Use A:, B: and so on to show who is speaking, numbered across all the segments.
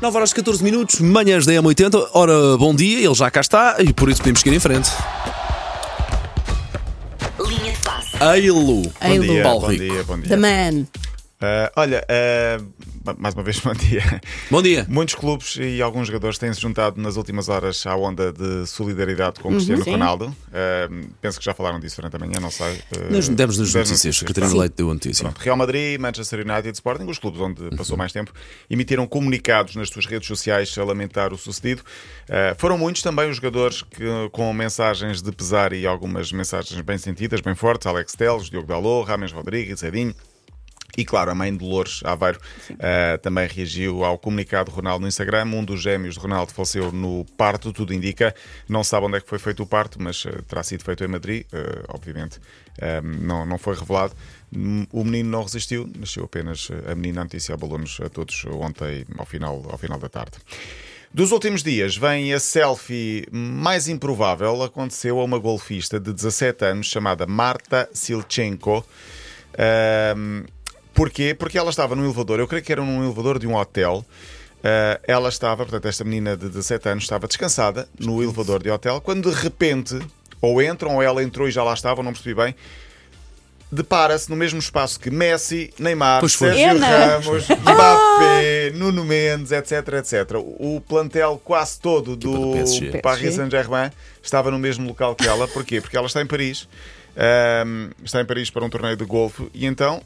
A: 9 horas 14 minutos, manhãs da M80. Ora, bom dia, ele já cá está e por isso podemos seguir em frente.
B: Linha de passe.
A: Ailo.
C: Bom dia,
A: Paulo
C: bom
A: Rico.
C: dia, bom dia.
D: The man.
C: Ah, olha, ah, mais uma vez, bom dia.
A: Bom dia.
C: Muitos clubes e alguns jogadores têm-se juntado nas últimas horas à onda de solidariedade
A: Uhum,
C: com Cristiano Ronaldo. Ah, penso que já falaram disso durante a manhã, não sei. Ah,
A: Nós demos nas
C: das
A: notícias. Catarina
C: pronto.
A: Leite deu a notícia.
C: Pronto, Real Madrid, Manchester United e Sporting, os clubes onde
A: Uhum.
C: passou mais tempo, emitiram comunicados nas suas redes sociais a lamentar o sucedido. Uh, foram muitos também os jogadores que, com mensagens de pesar e algumas mensagens bem sentidas, bem fortes, Alex Teles, Diogo Dalô, Rames Rodrigues, Edinho. E claro, a mãe de Dolores Aveiro eh, também reagiu ao comunicado de Ronaldo no Instagram. Um dos gêmeos de Ronaldo faleceu no parto, tudo indica. Não sabe onde é que foi feito o parto, mas eh, terá sido feito em Madrid, eh, obviamente. Eh, não, não foi revelado. Hum, O menino não resistiu, nasceu apenas eh, a menina. A notícia abalou-nos a todos ontem, ao final, ao final da tarde. Dos últimos dias vem a selfie mais improvável. Aconteceu a uma golfista de 17 anos chamada Marta Silchenko. Ahm, Ehm, porquê? Porque ela estava num elevador, eu creio que era num elevador de um hotel. Ah, ela estava, portanto, esta menina de 17 anos estava descansada no elevador de hotel, quando de repente, ou entram, ou ela entrou e já lá estava, não percebi bem, depara-se no mesmo espaço que Messi, Neymar,
A: Pois foi.
C: Sérgio
D: Ena.
C: Ramos, Mbappé, Nuno Mendes, etc, etc. O plantel quase todo
A: Tipo do
C: do
A: PSG.
C: Paris Saint-Germain estava no mesmo local que ela. Porquê? Porque ela está em Paris. Ahm, está em Paris para um torneio de golfe e então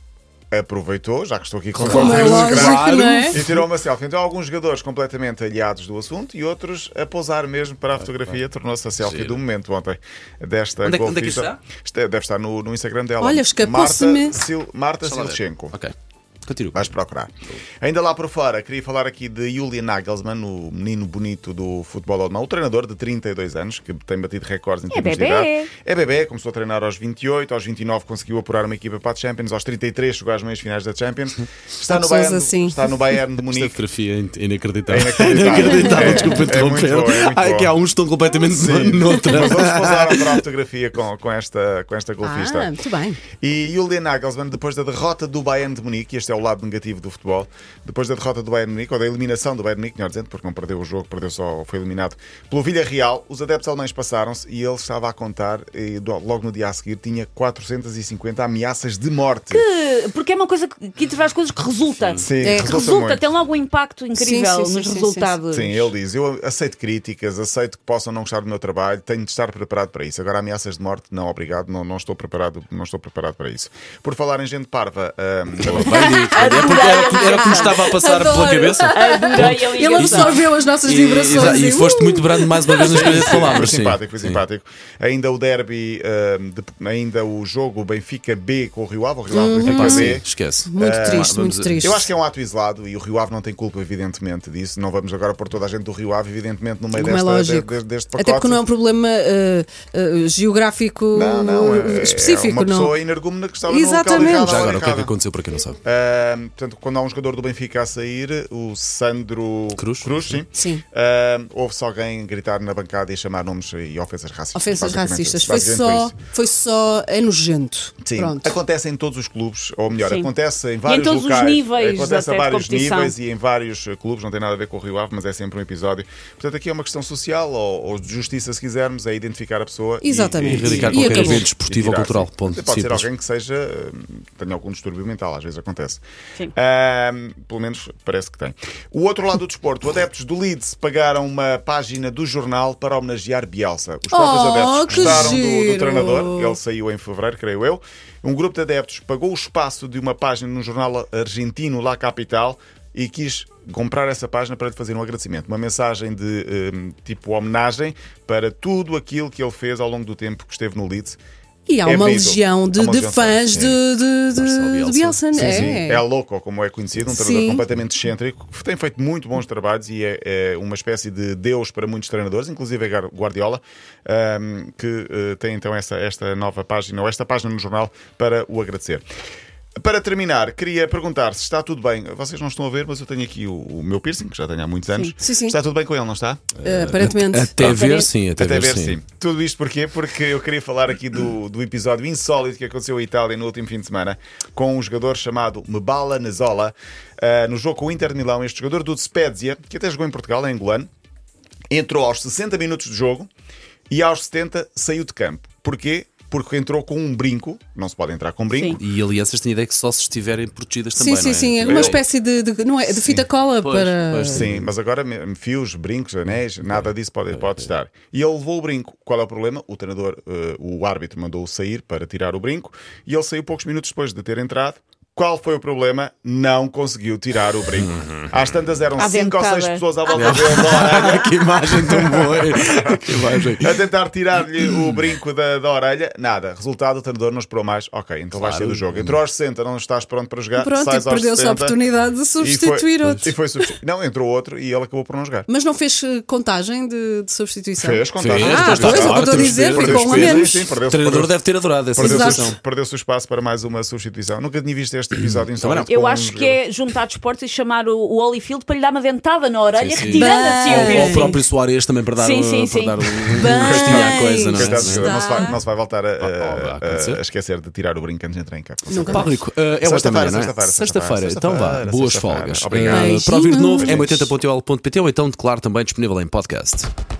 C: aproveitou, já que estou aqui com
D: Como é
C: vocês,
D: lógico,
C: claro,
D: não é?
C: e tirou uma selfie. Então, alguns jogadores completamente aliados do assunto e outros a pousar mesmo para a fotografia. Tornou-se a selfie
A: Giro.
C: do momento ontem desta
A: Onde é que- onde é que
C: golfista.
A: está?
C: Isto é- Deve estar no, no Instagram dela.
D: Olha, escapou-se
C: Marta,
D: me.
C: Sil, Marta
A: Deixa lá ver.
C: Silchenko.
A: Ok. Continua.
C: Vais procurar. Ainda lá por fora, queria falar aqui de Julian Nagelsmann, o menino bonito do futebol alemão, o treinador de 32 anos, que tem batido recordes em termos de
D: bebê.
C: idade. É bebê, começou a treinar aos 28, aos 29 conseguiu apurar uma equipa para a Champions, aos 33 chegou às meias finais da Champions. Está no
D: pessoas
C: Bayern,
D: assim.
C: está no Bayern de
E: Esta
C: Munique.
E: fotografia é in- inacreditável.
A: Inacreditável,
C: É,
A: desculpa
C: é muito
A: interromper.
C: boa, é muito
A: Ai, que
C: boa.
A: há uns que estão completamente noutra.
C: Mas hoje pousaram para a fotografia com, com esta, com esta golfista.
D: Ah, muito bem.
C: E Julian Nagelsmann, depois da derrota do Bayern de Munique, este é o lado negativo do futebol, depois da derrota do Bayern de Munique, ou da eliminação do Bayern de Munique, melhor dizendo, porque não perdeu o jogo, perdeu só, foi eliminado pelo Villarreal, os adeptos alemães passaram-se e ele estava a contar, e do- logo no dia a seguir, tinha 450 ameaças de morte.
B: Porque é uma coisa que que entre as coisas que resulta.
C: Sim,
D: É,
C: resulta,
B: Resulta,
C: muito.
B: tem logo um impacto incrível
D: Sim, sim, sim,
B: nos
D: sim,
B: resultados.
C: Sim, ele diz: Eu aceito críticas, aceito que possam não gostar do meu trabalho, tenho de estar preparado para isso. Agora, ameaças de morte, não, obrigado, não, não estou, preparado, não estou preparado para isso. Por falar em gente parva, hum, ahm,
A: Era É porque era, era como estava a passar pela
D: Adoro.
A: cabeça.
B: Adorei
C: um
B: ele
D: Ele absorveu as nossas
A: exa-
D: vibrações.
A: e foste muito brando mais uma vez nas coisas de
C: foi
A: palavras. sim.
C: simpático, foi
A: Sim.
C: simpático. Ainda o derby, ahm, de- ainda o jogo Benfica B com o Rio Ave, o Rio Ave
D: Uhum.
C: Benfica
A: Pá, sim,
C: B.
A: esquece.
D: Muito
C: Uh,
D: triste,
A: vamos
D: muito
A: a-
D: triste.
C: Eu acho que é um ato isolado e o Rio Ave não tem culpa, evidentemente, disso. Não vamos agora pôr toda a gente do Rio Ave, evidentemente, no meio
D: Como é
C: desta, de-
D: lógico.
C: de- deste pacote.
D: Até porque não é um problema eh, eh, geográfico eh,
C: Não, não, é- é
D: específico,
C: uma
D: não.
C: pessoa energúmena que estava no
D: Exatamente.
C: local errado, à
A: Já
C: hora
A: agora, o que é que
C: errada.
A: aconteceu para quem não sabe?
C: Ahm, portanto, quando há um jogador do Benfica a sair, o Sandro
A: Cruz.
C: sim.
D: Sim.
C: Ahm, Houve-se alguém gritar na bancada e chamar nomes e ofensas racistas.
D: Ofensas
C: basicamente.
D: racistas. Foi
C: Basicamente
D: só,
C: isso.
D: foi só. É nojento.
C: Sim,
D: Pronto.
C: acontece em todos os clubes, ou melhor,
B: Sim.
C: acontece em vários
B: todos os
C: locais,
B: níveis
C: acontece a
B: até de
C: vários
B: competição.
C: níveis e em vários eh, clubes, não tem nada a ver com o Rio Ave, mas é sempre um episódio. Portanto, aqui é uma questão social ou, ou de justiça, se quisermos, é identificar a pessoa e-
D: Exatamente.
C: e,
A: Erradicar
D: E
A: qualquer
D: acabou.
A: evento desportivo ou
C: tirar-se.
A: cultural. Ponto.
C: Pode ser
A: Simples.
C: alguém que seja eh, tenha algum distúrbio mental, às vezes acontece.
B: Sim.
C: Ahm, pelo menos parece que tem. O outro lado do desporto, adeptos do Leeds pagaram uma página do jornal para homenagear Bielsa. Os próprios
D: Oh,
C: adeptos
D: que
C: gostaram do, do
D: giro.
C: treinador, ele saiu em fevereiro, creio eu. Um grupo de adeptos pagou o espaço de uma página num jornal argentino, lá capital, e quis comprar essa página para lhe fazer um agradecimento, uma mensagem de ehm, tipo homenagem para tudo aquilo que ele fez ao longo do tempo que esteve no Leeds.
D: E há
C: É
D: uma
C: mesmo.
D: legião de,
C: Há uma
D: de
C: legião de
D: fãs
C: fãs,
D: de, de,
A: Marcelo
D: de, de
A: Bielsa.
D: Bielsa. é.
C: Sim, É louco, como é conhecido, um treinador
D: Sim.
C: completamente excêntrico, que tem feito muito bons trabalhos e é, é uma espécie de Deus para muitos treinadores, inclusive a Gar- Guardiola, ahm, que eh, tem então essa, esta nova página, ou esta página no jornal, para o agradecer. Para terminar, queria perguntar se está tudo bem. Vocês não estão a ver, mas eu tenho aqui o, o meu piercing, que já tenho há muitos anos.
D: Sim, sim.
C: Está tudo bem com ele, não está?
D: Eh, aparentemente.
A: Até ver,
B: Aparente-
A: sim. Até,
C: Até ver, sim. Tudo isto porquê? Porque eu queria falar aqui do, do episódio insólito que aconteceu em Itália no último fim de semana com um jogador chamado Mebala Nazola ah, no jogo com o Inter de Milão. Este jogador do Spezia, que até jogou em Portugal, em angolano, entrou aos 60 minutos de jogo e aos 70 saiu de campo. Porquê? Porque entrou com um brinco, não se pode entrar com um brinco,
B: Sim.
A: E alianças tinha ideia que só se estiverem protegidas
D: Sim,
A: também.
D: sim,
A: não é?
D: sim. É uma espécie de, de- não é, de fita cola
A: Pois,
D: para.
A: pois,
C: Sim, mas agora me- fios, brincos, anéis, nada disso pode, pode estar. E ele levou o brinco. Qual é o problema? O treinador, eh, o árbitro mandou-o sair para tirar o brinco e ele saiu poucos minutos depois de ter entrado. Qual foi o problema? Não conseguiu tirar o brinco. Às tantas eram
B: À
C: cinco ou
B: ventada.
C: seis pessoas à volta dele na orelha,
A: que imagem tão boa! que imagem!
C: a tentar tirar-lhe o brinco da, da orelha. Nada. Resultado, o treinador não esperou mais. Ok, então vais sair do jogo. Entrou aos 60, não estás pronto para jogar.
D: Pronto,
C: sais
D: e
C: aos
D: perdeu-se a
C: 70.
D: oportunidade de substituir
C: e foi,
D: outro.
C: E foi substitu- Não, entrou outro e ele acabou por não jogar.
D: Mas não fez eh, contagem de, de substituição?
C: Fez contagem.
A: Fez,
C: Ah,
A: pois,
C: pois,
A: lá
C: eu
A: está.
C: estou a
A: Temos
D: dizer,
A: que ver,
D: ficou
A: temos
D: um a
A: que ver.
D: menos.
C: Sim, sim,
A: O
C: perdeu-se-
A: treinador
C: perdeu-se-
A: deve ter adorado essa
D: Exato.
A: situação.
C: Perdeu-se perdeu-se o espaço para mais uma substituição. Nunca tinha visto este episódio
A: Também não.
C: insólito.
B: Eu
C: com
B: acho
C: um
B: que é juntar desportos e chamar o, o Holyfield para lhe dar uma ventada na orelha,
A: sim.
B: retirando assim o
D: Bem.
A: Ou o
B: piercing.
A: próprio Soares também para dar,
B: Sim,
A: um- para
B: sim, sim.
A: dar um, um
D: Bem.
A: gostinho à coisa, não é?
C: Coitado do jogador, não, se vai,
D: Está.
C: não se vai voltar a, a-
A: vai acontecer.
C: a esquecer de tirar o brinco antes de entrar em campo.
D: Nunca mais.
A: Público, eh, é hoje
C: Sexta-feira,
A: também, não é?
C: sexta-feira,
A: Sexta-feira,
C: sexta-feira,
A: então vá,
C: sexta-feira,
A: boas
C: sexta-feira.
A: folgas.
C: Obrigado.
A: Eh, para ouvir de novo,
D: Beijinhos.
A: m80.ol.pt ou então de claro também disponível em podcast.